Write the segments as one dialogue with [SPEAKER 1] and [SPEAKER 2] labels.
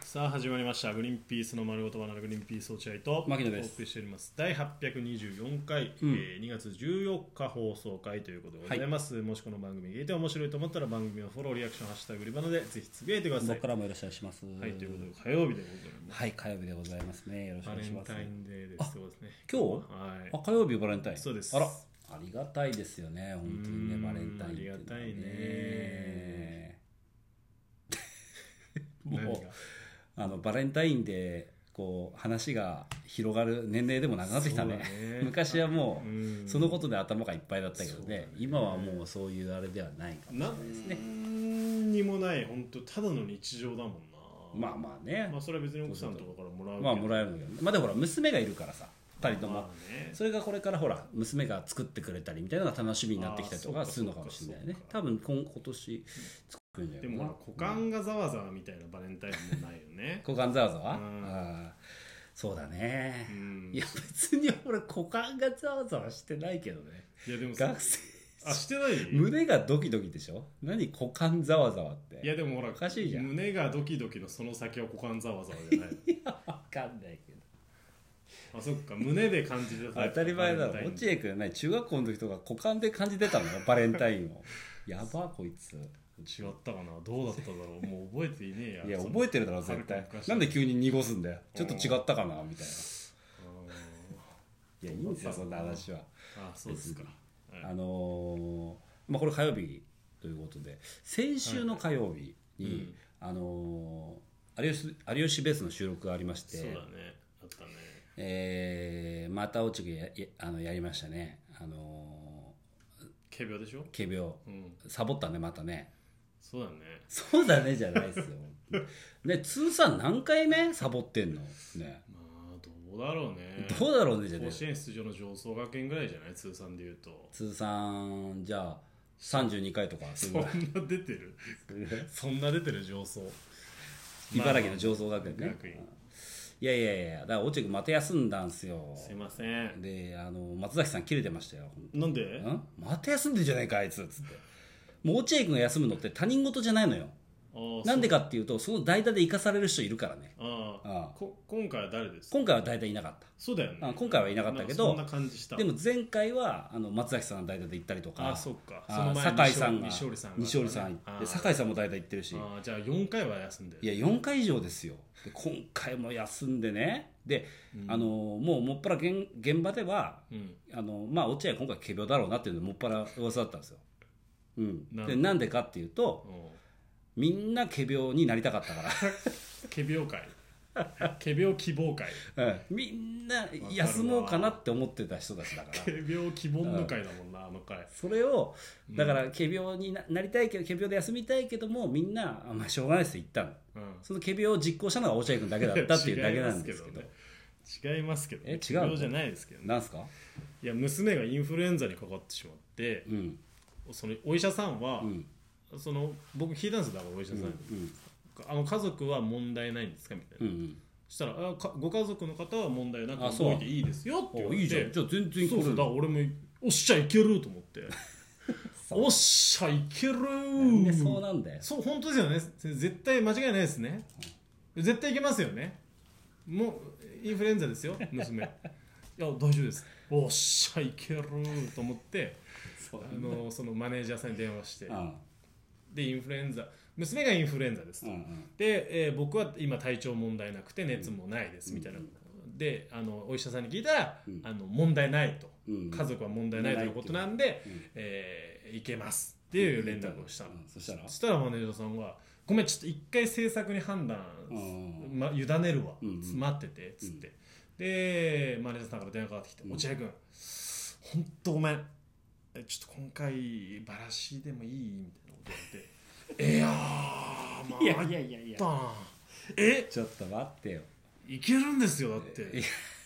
[SPEAKER 1] さあ始まりました「グリーンピースの丸ごとバナナグリーンピース落合」と
[SPEAKER 2] 牧野です
[SPEAKER 1] お送りしております第824回、
[SPEAKER 2] うん
[SPEAKER 1] えー2月14日放送回ということでございます、もしこの番組がいて面白いと思ったら番組のフォローリアクション「ハッシュタググリバナ」でぜひつぶやいてください
[SPEAKER 2] 僕からもよろしくお願いします。
[SPEAKER 1] はいということで火曜日でございます、
[SPEAKER 2] はい、火曜日でございますね。よろしくお
[SPEAKER 1] バ
[SPEAKER 2] 願い
[SPEAKER 1] レ
[SPEAKER 2] し
[SPEAKER 1] ン
[SPEAKER 2] ます。
[SPEAKER 1] タインデーですそうですね
[SPEAKER 2] 今日
[SPEAKER 1] はい
[SPEAKER 2] あ、火曜日バレンタイン。
[SPEAKER 1] そうです
[SPEAKER 2] あら、ありがたいですよね。本当に
[SPEAKER 1] うーん
[SPEAKER 2] ね、バレンタインっていうのは、
[SPEAKER 1] ありがたいね
[SPEAKER 2] も
[SPEAKER 1] 何
[SPEAKER 2] う
[SPEAKER 1] が、
[SPEAKER 2] あの、バレンタインで、こう、話が広がる年齢でもなくなってきたね。
[SPEAKER 1] そうだね
[SPEAKER 2] 昔はもう、
[SPEAKER 1] うん
[SPEAKER 2] そのことで頭がいっぱいだったけど
[SPEAKER 1] そうだ
[SPEAKER 2] ね
[SPEAKER 1] ね
[SPEAKER 2] 今はもうそういうあれではないかもしれ
[SPEAKER 1] な
[SPEAKER 2] ないですね。
[SPEAKER 1] んにもない本当ただの日常だもんな
[SPEAKER 2] まあまあね
[SPEAKER 1] まあ、それは別に奥さんとかからもらうけど
[SPEAKER 2] まあもらえるんだけどねまあでもほら娘がいるからさ2人とも
[SPEAKER 1] まあね
[SPEAKER 2] それがこれからほら娘が作ってくれたりみたいなのが楽しみになってきたりと
[SPEAKER 1] あーそ
[SPEAKER 2] か
[SPEAKER 1] うか
[SPEAKER 2] するのかもしれないね
[SPEAKER 1] そうか
[SPEAKER 2] 多分今今年作るんじゃな
[SPEAKER 1] で
[SPEAKER 2] いか
[SPEAKER 1] も
[SPEAKER 2] な
[SPEAKER 1] ほら股間がざわざわみたいなバレンタインもないよね
[SPEAKER 2] 股間ざわざわあ
[SPEAKER 1] うん
[SPEAKER 2] ーそうだね
[SPEAKER 1] うん
[SPEAKER 2] いや別に俺股間がざわざわしてないけどね
[SPEAKER 1] いやでもさ
[SPEAKER 2] 学生
[SPEAKER 1] あしてない
[SPEAKER 2] 胸がドキドキでしょ何股間ざわざわって
[SPEAKER 1] いやでもほら
[SPEAKER 2] おかしいじゃん
[SPEAKER 1] 胸がドキドキのその先は股間ざわざわじゃない
[SPEAKER 2] わかんないけど
[SPEAKER 1] あそっか胸で感じてた
[SPEAKER 2] 当たり前だ
[SPEAKER 1] バレ
[SPEAKER 2] ろ
[SPEAKER 1] ンタイン
[SPEAKER 2] 落合君ね中学校の時とか股間で感じてたのバレンタインをやばこいつ
[SPEAKER 1] 違ったかなどうだっただろうもう覚えていねえや
[SPEAKER 2] いや
[SPEAKER 1] その
[SPEAKER 2] 覚えてるだろ絶
[SPEAKER 1] は
[SPEAKER 2] 対
[SPEAKER 1] るか昔
[SPEAKER 2] なんで急に濁すんだよちょっと違ったかなみたいないやいいんですよそんな話は
[SPEAKER 1] あそうですかはい
[SPEAKER 2] あのーまあこれ火曜日ということで先週の火曜日に、あのー有吉有吉ベースの収録がありまし
[SPEAKER 1] そう
[SPEAKER 2] て
[SPEAKER 1] だねあったね
[SPEAKER 2] えーまた落合君ややあのやりましたねあの
[SPEAKER 1] 軽病でしょ
[SPEAKER 2] ー仮病
[SPEAKER 1] うん
[SPEAKER 2] サボったねまたね
[SPEAKER 1] そうだね
[SPEAKER 2] そうだねじゃないですよね通算何回目サボってんのね
[SPEAKER 1] まあどうだろうね
[SPEAKER 2] どうだろうねじゃねえ
[SPEAKER 1] 甲子園出場の上層学園ぐらいじゃない通算で言うと
[SPEAKER 2] 通算じゃあ32回とかす
[SPEAKER 1] そん
[SPEAKER 2] る
[SPEAKER 1] な出て るそんな出てる上層
[SPEAKER 2] 茨城の上層学園ね
[SPEAKER 1] 学院
[SPEAKER 2] いやいやいやだから落合君また休んだんすよ
[SPEAKER 1] すいません
[SPEAKER 2] であの松崎さん切れてましたよほん
[SPEAKER 1] なんで
[SPEAKER 2] とんまた休んでんじゃないかあいつつってもう落合君が休むのって他人事じゃないのよなんで
[SPEAKER 1] か
[SPEAKER 2] かっていうとその代打で生かされる人いるからね
[SPEAKER 1] ああ
[SPEAKER 2] ああ
[SPEAKER 1] こ今回は誰ですか
[SPEAKER 2] 今回は代打いなかっ
[SPEAKER 1] そうだよね
[SPEAKER 2] あ今回はいなかったけど
[SPEAKER 1] なんかそんな感じした
[SPEAKER 2] たでも前回はあの松崎さんが代打で行ったりとか
[SPEAKER 1] あそっか
[SPEAKER 2] あ
[SPEAKER 1] その前
[SPEAKER 2] 酒井さんが
[SPEAKER 1] 西織さんが
[SPEAKER 2] 西織さん行って酒井さんも代打行ってるし
[SPEAKER 1] ああじゃあ4回は休んで
[SPEAKER 2] いや4回以上ですよで今回も休んでねで、あのもうもっぱら現現場では
[SPEAKER 1] うん
[SPEAKER 2] あの、まあ、落合今回仮病だろうなっていうのもっぱら噂だったんですよ、うん、
[SPEAKER 1] なるほ
[SPEAKER 2] で
[SPEAKER 1] ど
[SPEAKER 2] なんでかっていうと
[SPEAKER 1] うん
[SPEAKER 2] みんな仮病になりたかったか
[SPEAKER 1] 仮病会仮病希望 会
[SPEAKER 2] ら、うんみんな休もうかなって思ってた人たちだから
[SPEAKER 1] 仮病希望の会だもんなあの会
[SPEAKER 2] それをだから仮病にななりたいけど仮病で休みたいけどもみんな、あまあ、しょうがないですよ一旦
[SPEAKER 1] うん
[SPEAKER 2] その仮病を実行したのが落合君だけだったっていうだけなんですけど
[SPEAKER 1] 違いまね違いますけど、ね、
[SPEAKER 2] え違う
[SPEAKER 1] 仮病じゃないですけどね
[SPEAKER 2] なんすか
[SPEAKER 1] いや娘がインフルエンザにかかってしまって
[SPEAKER 2] うん
[SPEAKER 1] そのお医者さんは
[SPEAKER 2] う、ん
[SPEAKER 1] その僕聞いたんですよだからお医者
[SPEAKER 2] う
[SPEAKER 1] さん
[SPEAKER 2] んう
[SPEAKER 1] に、
[SPEAKER 2] ん
[SPEAKER 1] あの家族は問題ないんですかみたいな、
[SPEAKER 2] うん
[SPEAKER 1] そしたらあかご家族の方は問題な
[SPEAKER 2] あ
[SPEAKER 1] く
[SPEAKER 2] そう
[SPEAKER 1] 動いていいですよって言わ
[SPEAKER 2] あ
[SPEAKER 1] れて
[SPEAKER 2] いいじゃんじゃあ全然
[SPEAKER 1] そうそうだから俺もおっしゃいけると思って
[SPEAKER 2] そう
[SPEAKER 1] おっしゃいける
[SPEAKER 2] なんでそうなんだよ
[SPEAKER 1] そう本当ですよねせ絶対間違いないですね絶対いけますよねもうインフルエンザですよ娘 いや大丈夫ですおっしゃいけると思って
[SPEAKER 2] そう
[SPEAKER 1] あのそのマネージャーさんに電話して
[SPEAKER 2] うん
[SPEAKER 1] でインフルエンザ娘がインフルエンザです
[SPEAKER 2] う
[SPEAKER 1] と、
[SPEAKER 2] んうん
[SPEAKER 1] で、えー僕は今体調問題なくて熱もないですみたいな、であのお医者さんに聞いたら、
[SPEAKER 2] うん
[SPEAKER 1] あの問題ないと、
[SPEAKER 2] うん
[SPEAKER 1] 家族は問題ないということなんで、
[SPEAKER 2] うん
[SPEAKER 1] えーいけますっていう連絡をしたの、
[SPEAKER 2] うんそしたら
[SPEAKER 1] そしたらマネージャーさんは「ごめんちょっと一回制作に判断、
[SPEAKER 2] うん
[SPEAKER 1] ま、委ねるわ、
[SPEAKER 2] うんうん
[SPEAKER 1] 待ってて」っつって、でマネージャーさんから電話かかってきて「
[SPEAKER 2] うん
[SPEAKER 1] 落合君本当ごめんえちょっと今回バラシでもいい?」みたいなこと 言われて「いやーまあ
[SPEAKER 2] やいやい
[SPEAKER 1] ったなえ
[SPEAKER 2] ちょっと待ってよ
[SPEAKER 1] いけるんですよだっ
[SPEAKER 2] いや
[SPEAKER 1] て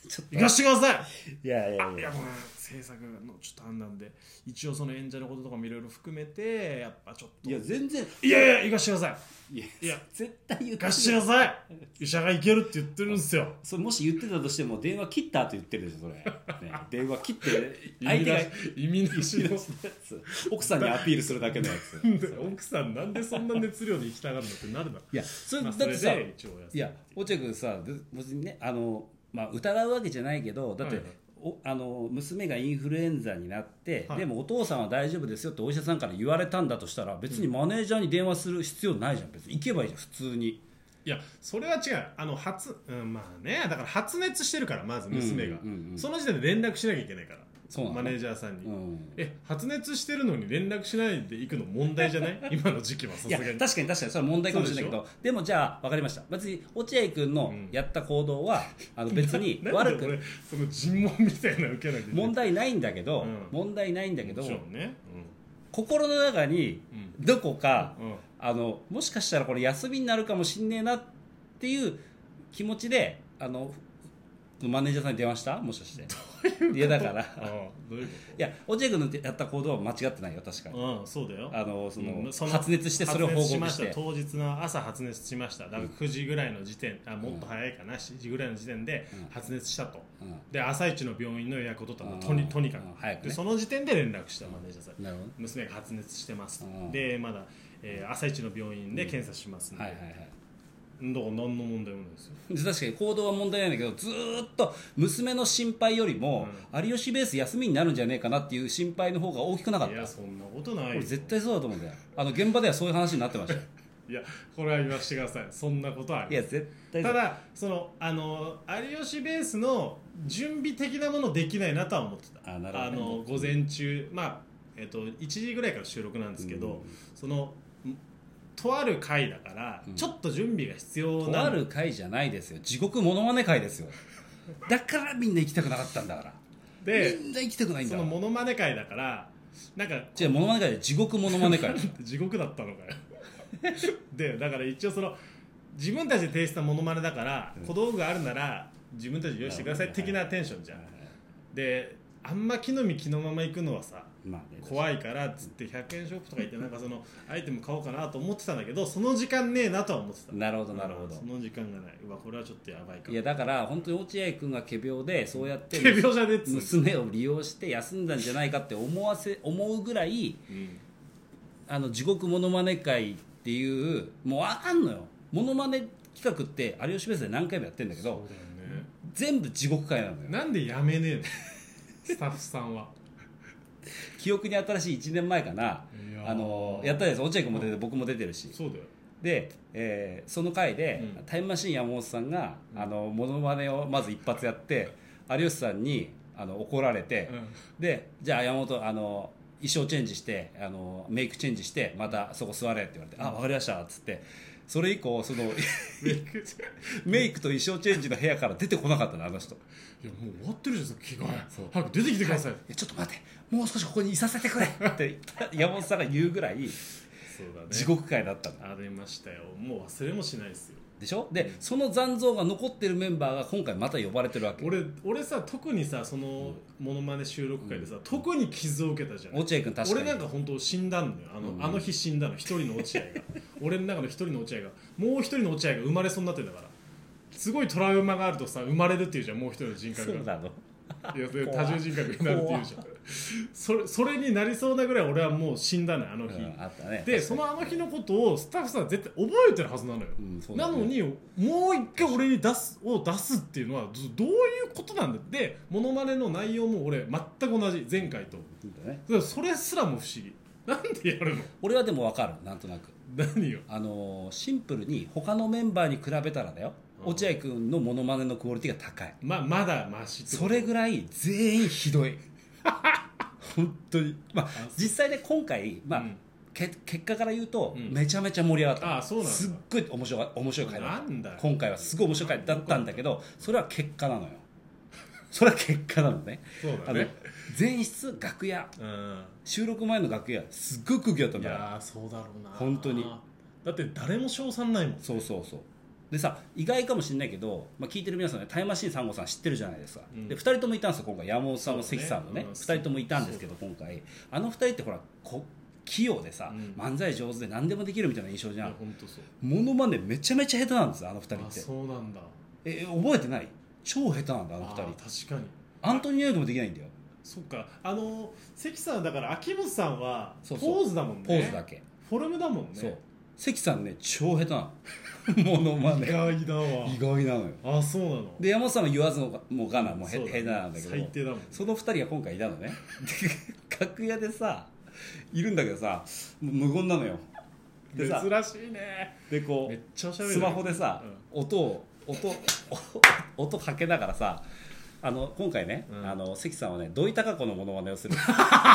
[SPEAKER 2] ちょっと
[SPEAKER 1] 行かしてください
[SPEAKER 2] いやい
[SPEAKER 1] あいやごめん制作のちょっと判断で一応その演者のこととかもいろいろ含めてやっぱちょっと
[SPEAKER 2] いや全然
[SPEAKER 1] いやいや行かしてください
[SPEAKER 2] いや
[SPEAKER 1] いや
[SPEAKER 2] 絶対言って
[SPEAKER 1] 貸してください医者がいけるって言ってるんですよ
[SPEAKER 2] それもし言ってたとしても電話切った後言ってるでしょそれ、ね、電話切って相
[SPEAKER 1] 意味
[SPEAKER 2] 手
[SPEAKER 1] な
[SPEAKER 2] が
[SPEAKER 1] し意味なし
[SPEAKER 2] 一緒のやつ奥さんにアピールするだけのやつ
[SPEAKER 1] の 奥さんなんでそんな熱量で行きたがるのってなるな、
[SPEAKER 2] いやそれ
[SPEAKER 1] ま
[SPEAKER 2] だ
[SPEAKER 1] あ、
[SPEAKER 2] っ
[SPEAKER 1] そ
[SPEAKER 2] て
[SPEAKER 1] れ
[SPEAKER 2] さ
[SPEAKER 1] で一応や
[SPEAKER 2] いや落合君さで別にねあの、まあ、疑うわけじゃないけどだって、
[SPEAKER 1] はいはい
[SPEAKER 2] おあの娘がインフルエンザになって、
[SPEAKER 1] はい
[SPEAKER 2] でもお父さんは大丈夫ですよってお医者さんから言われたんだとしたら別にマネージャーに電話する必要ないじゃん別に行けばいいじゃん普通に
[SPEAKER 1] いやそれは違うあの発、うん、まあねだから発熱してるからまず娘が、
[SPEAKER 2] うんうんうん
[SPEAKER 1] その時点で連絡しなきゃいけないから
[SPEAKER 2] そうなの
[SPEAKER 1] マネージャーさんに、
[SPEAKER 2] うん
[SPEAKER 1] え発熱してるのに連絡しないで行くの問題じゃない 今の時期はさす
[SPEAKER 2] いや
[SPEAKER 1] がに
[SPEAKER 2] 確かに確かにそれは問題かもしれないけどでもじゃあ分かりました別に落合君のやった行動は、 あの別に
[SPEAKER 1] なんで
[SPEAKER 2] 悪
[SPEAKER 1] 俺
[SPEAKER 2] く
[SPEAKER 1] その尋問みたいなの受けなきゃいけない
[SPEAKER 2] 問題ないんだけど、
[SPEAKER 1] うん
[SPEAKER 2] 問題ないんだけど
[SPEAKER 1] もちろんね、
[SPEAKER 2] 心の中に
[SPEAKER 1] うん
[SPEAKER 2] どこか、
[SPEAKER 1] うんうん
[SPEAKER 2] あのもしかしたらこれ休みになるかもしんねえなっていう気持ちであのマネージャーさんに電話したもしかしていやだからい
[SPEAKER 1] ああどういうこ
[SPEAKER 2] や落合君のやった行動は間違ってないよ確かに
[SPEAKER 1] とうんそうだよ
[SPEAKER 2] あのその、
[SPEAKER 1] うんその
[SPEAKER 2] 発熱してそれを報告して
[SPEAKER 1] 発熱また当日の朝発熱しましただから9時ぐらいの時点あもっと早いかな、7時ぐらいの時点で
[SPEAKER 2] うん
[SPEAKER 1] 発熱したと、
[SPEAKER 2] うん
[SPEAKER 1] で朝一の病院の予約を取ったの
[SPEAKER 2] うん
[SPEAKER 1] とにとにかく
[SPEAKER 2] うん、早くね
[SPEAKER 1] でその時点で連絡したマネージャーさんに、
[SPEAKER 2] なるほどね
[SPEAKER 1] 娘が発熱してますと、
[SPEAKER 2] うん
[SPEAKER 1] でまだ、えー朝一の病院で検査しますんで、
[SPEAKER 2] はいはいはい
[SPEAKER 1] だから何の問題もないですよ
[SPEAKER 2] で確かに行動は問題ないんだけどずーっと娘の心配よりも、有吉ベース休みになるんじゃねえかなっていう心配の方が大きくなかっ
[SPEAKER 1] い
[SPEAKER 2] た
[SPEAKER 1] やそんなことない
[SPEAKER 2] 俺
[SPEAKER 1] よ
[SPEAKER 2] 絶対そうだと思うんだよあの現場ではそういう話になってましたよ
[SPEAKER 1] いやこれは言わせてくだ さいそんなことはあ
[SPEAKER 2] い
[SPEAKER 1] りません
[SPEAKER 2] や絶対
[SPEAKER 1] ただそのあの有吉ベースの準備的なものできないなとは思ってた
[SPEAKER 2] あなるほどね
[SPEAKER 1] の午前中まあ、えっと1時ぐらいから収録なんですけど、
[SPEAKER 2] うん
[SPEAKER 1] そのんとある回だから、
[SPEAKER 2] うん
[SPEAKER 1] ちょっと準備が必要
[SPEAKER 2] と
[SPEAKER 1] な
[SPEAKER 2] ある回じゃないですよ地獄モノマネ回ですよだからみんな行きたくなかったんだから
[SPEAKER 1] で
[SPEAKER 2] みんな行きたくないん
[SPEAKER 1] そ
[SPEAKER 2] だ
[SPEAKER 1] の
[SPEAKER 2] わ
[SPEAKER 1] モノマネ回だからなんか
[SPEAKER 2] 違うモノマネ会で地獄モノマ ネ会
[SPEAKER 1] 地獄だったの かよでだから一応その自分たちで提出したモノマネだから、小道具があるなら自分たちで用意してください的なテンションじゃん、であんま木の実木のまま行くのはさ
[SPEAKER 2] まあね
[SPEAKER 1] 怖いからっつって100円ショップとか行ってなんかそのアイテム買おうかなと思ってたんだけどその時間ねえなとは思ってた
[SPEAKER 2] なるほどなるほど
[SPEAKER 1] その時間がないうわこれはちょっとやばいか
[SPEAKER 2] いやだから本当に落合君が仮病でそうやって
[SPEAKER 1] 手描写でっつう
[SPEAKER 2] 娘を利用して休んだんじゃないかって思わせ思うぐらい
[SPEAKER 1] ん
[SPEAKER 2] あの地獄モノマネ会っていうもうああんのよモノマネ企画って有吉ベースで何回もやってんだけど
[SPEAKER 1] そうだよね
[SPEAKER 2] 全部地獄会なのよ
[SPEAKER 1] なんでやめねえの スタッフさんは
[SPEAKER 2] 記憶に新しい1年前かない
[SPEAKER 1] やー
[SPEAKER 2] あのやったです落合君も出て僕も出てるし
[SPEAKER 1] そうだよ
[SPEAKER 2] で、えーその回で、
[SPEAKER 1] うん
[SPEAKER 2] タイムマシーン山本さんが、あのモノマネをまず一発やって有吉さんにあの怒られて、でじゃあ山本あの衣装チェンジしてあのメイクチェンジしてまたそこ座れって言われて、あ分かりましたっつってそれ以降その
[SPEAKER 1] メイクいや
[SPEAKER 2] メイクと衣装チェンジの部屋から出てこなかったのあの人
[SPEAKER 1] もう終わってるじゃんその着替え
[SPEAKER 2] そう
[SPEAKER 1] 早く出てきてください、
[SPEAKER 2] いやちょっと待ってもう少しここにいさせてくれって山本さんが言うぐらい
[SPEAKER 1] そうだね
[SPEAKER 2] 地獄会だったんだ
[SPEAKER 1] ありましたよもう忘れもしないですよ
[SPEAKER 2] でしょでその残像が残ってるメンバーが今回また呼ばれてるわけ
[SPEAKER 1] 俺俺さ特にさそのモノマネ収録会でさ、特に傷を受けたじゃん
[SPEAKER 2] 落合君確かに
[SPEAKER 1] 俺なんか本当死んだんだよあの,、
[SPEAKER 2] うん
[SPEAKER 1] あの日死んだの一人の 落合が俺の中の一人の落合がもう一人の落合が生まれそうになってんだからすごいトラウマがあるとさ生まれるっていうじゃんもう一人の人
[SPEAKER 2] そう
[SPEAKER 1] 格が
[SPEAKER 2] なの
[SPEAKER 1] いやそれ多重人格になるっていうじゃんそれそれになりそうなぐらい俺はもう死んだのよあの
[SPEAKER 2] う
[SPEAKER 1] 日、
[SPEAKER 2] んあったね
[SPEAKER 1] でそのあの日のことをスタッフさんは絶対覚えてるはずなのよ、
[SPEAKER 2] うんそうだ
[SPEAKER 1] な
[SPEAKER 2] ね
[SPEAKER 1] のにもう一回俺に出すを出すっていうのはずどういうことなんだでモノマネの内容も俺全く同じ前回と
[SPEAKER 2] そうだね
[SPEAKER 1] だからそれすらも不思議なんでやるの
[SPEAKER 2] 俺はでも分かるなんとなく
[SPEAKER 1] 何よ
[SPEAKER 2] あのーシンプルに他のメンバーに比べたらだよ、
[SPEAKER 1] うん
[SPEAKER 2] 落合君のモノマネのクオリティが高い
[SPEAKER 1] ままだマシってこと
[SPEAKER 2] それぐらい全員ひ どい本当にまあ実際で今回、まあ
[SPEAKER 1] うん
[SPEAKER 2] け結果から言うと、
[SPEAKER 1] うん
[SPEAKER 2] めちゃめちゃ盛り上がった
[SPEAKER 1] あそうなんだ
[SPEAKER 2] すっごい面白か面白い回だ
[SPEAKER 1] なんだよ
[SPEAKER 2] 今回はすごい面白い回だったんだけどそれは結果なのよそれは結果なのね
[SPEAKER 1] そう
[SPEAKER 2] あ
[SPEAKER 1] だ
[SPEAKER 2] の
[SPEAKER 1] ね
[SPEAKER 2] 前室楽屋
[SPEAKER 1] うん
[SPEAKER 2] 収録前の楽屋すっごい空気だったん
[SPEAKER 1] い
[SPEAKER 2] だよ
[SPEAKER 1] やーそうだろうな
[SPEAKER 2] 本当に
[SPEAKER 1] だって誰も称賛ないもん
[SPEAKER 2] そうそうそうでさ意外かもしれないけど、まあ、聞いてる皆さんねタイムマシーン3号さん知ってるじゃないですか、
[SPEAKER 1] うん
[SPEAKER 2] で2人ともいたんですよ今回山本さんも
[SPEAKER 1] そうね
[SPEAKER 2] 関さんもね
[SPEAKER 1] うん
[SPEAKER 2] 2人ともいたんですけど今回あの2人ってほらこ器用でさ、
[SPEAKER 1] うん
[SPEAKER 2] 漫才上手で何でもできるみたいな印象じ
[SPEAKER 1] い
[SPEAKER 2] ゃ
[SPEAKER 1] や
[SPEAKER 2] ん
[SPEAKER 1] 本当そう
[SPEAKER 2] モノマネめちゃめちゃ下手なんですよあの二人
[SPEAKER 1] あ
[SPEAKER 2] って
[SPEAKER 1] そうなんだ
[SPEAKER 2] え覚えてない超下手なんだあの二人
[SPEAKER 1] あー確かに
[SPEAKER 2] アントニオイドもできないんだよ
[SPEAKER 1] そっかあの関さんだから秋元さんはポ
[SPEAKER 2] そうそう
[SPEAKER 1] ーズだもんね
[SPEAKER 2] ポーズだけ、
[SPEAKER 1] フォルムだもんね
[SPEAKER 2] そう関さんね超下手な のモノマ
[SPEAKER 1] 意
[SPEAKER 2] ネ
[SPEAKER 1] 外だわ
[SPEAKER 2] 意外なのよ
[SPEAKER 1] あそうなの
[SPEAKER 2] で山本さんは言わずもがなもうへ
[SPEAKER 1] そうだ
[SPEAKER 2] 下手なんだけど
[SPEAKER 1] 最低だもん
[SPEAKER 2] その二人が今回いたのね で楽屋でさいるんだけどさもう無言なのよでさ
[SPEAKER 1] 珍しいね
[SPEAKER 2] でこ
[SPEAKER 1] めっ
[SPEAKER 2] う
[SPEAKER 1] ちゃおしゃべり
[SPEAKER 2] スマホでさ、音を音 お音かけながらさあの今回ね、
[SPEAKER 1] うん
[SPEAKER 2] あの関さんはね土井孝子のモノマネをする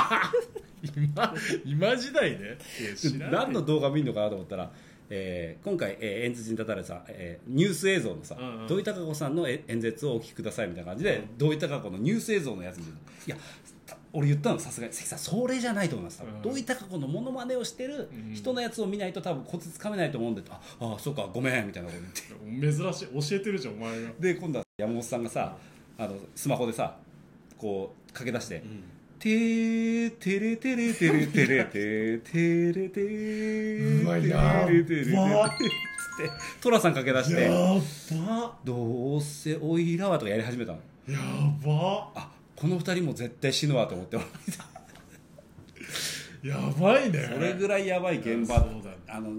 [SPEAKER 1] 今今時代ねいや知らない
[SPEAKER 2] 何の動画見るのかなと思ったら、えー今回、えー、演説に立たれたさ、えーニュース映像のさ、
[SPEAKER 1] うんうん
[SPEAKER 2] 土井孝子さんのえ演説をお聞きくださいみたいな感じで、土井孝子のニュース映像のやつにいやた俺言ったのさすがに関さんそれじゃないと思います、多分
[SPEAKER 1] うん
[SPEAKER 2] 土井孝子のモノマネをしてる
[SPEAKER 1] うん
[SPEAKER 2] 人のやつを見ないと多分コツつかめないと思うんで、ああそうかごめんみたいなこと言って
[SPEAKER 1] 珍しい教えてるじゃんお前が
[SPEAKER 2] で今度は山本さんがさあのスマホでさこう駆け出して「てーてれてれてれてれててれてー
[SPEAKER 1] うわ
[SPEAKER 2] てれ
[SPEAKER 1] やっば
[SPEAKER 2] てれてれてれ」つって寅さん駆け出して
[SPEAKER 1] やば
[SPEAKER 2] 「どうせおいらは」とかやり始めたの
[SPEAKER 1] やば
[SPEAKER 2] あこの二人も絶対死ぬわと思って
[SPEAKER 1] やばいね
[SPEAKER 2] それぐらいやばい現場
[SPEAKER 1] そうだね
[SPEAKER 2] あの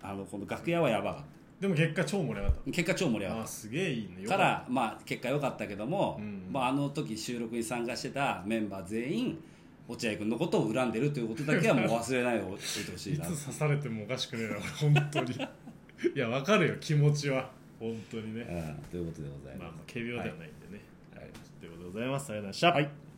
[SPEAKER 2] あのこの楽屋はやばかっ
[SPEAKER 1] でも結果超盛り上がった
[SPEAKER 2] 結果超盛り上がった
[SPEAKER 1] たあすげえいいねよ
[SPEAKER 2] か
[SPEAKER 1] っ
[SPEAKER 2] ら、まあ、結果良かったけども、
[SPEAKER 1] うん
[SPEAKER 2] まあ、あの時収録に参加してたメンバー全員落合君のことを恨んでるということだけはもう忘れないでおいてほしい
[SPEAKER 1] い
[SPEAKER 2] な
[SPEAKER 1] つ刺されてもおかしくねえな俺本当 にいやわかるよ気持ちは本当にね
[SPEAKER 2] うんということでござい
[SPEAKER 1] まあ
[SPEAKER 2] ます。
[SPEAKER 1] まあ軽病ではないんでね、
[SPEAKER 2] はい
[SPEAKER 1] ということでございますありがとうございました、はい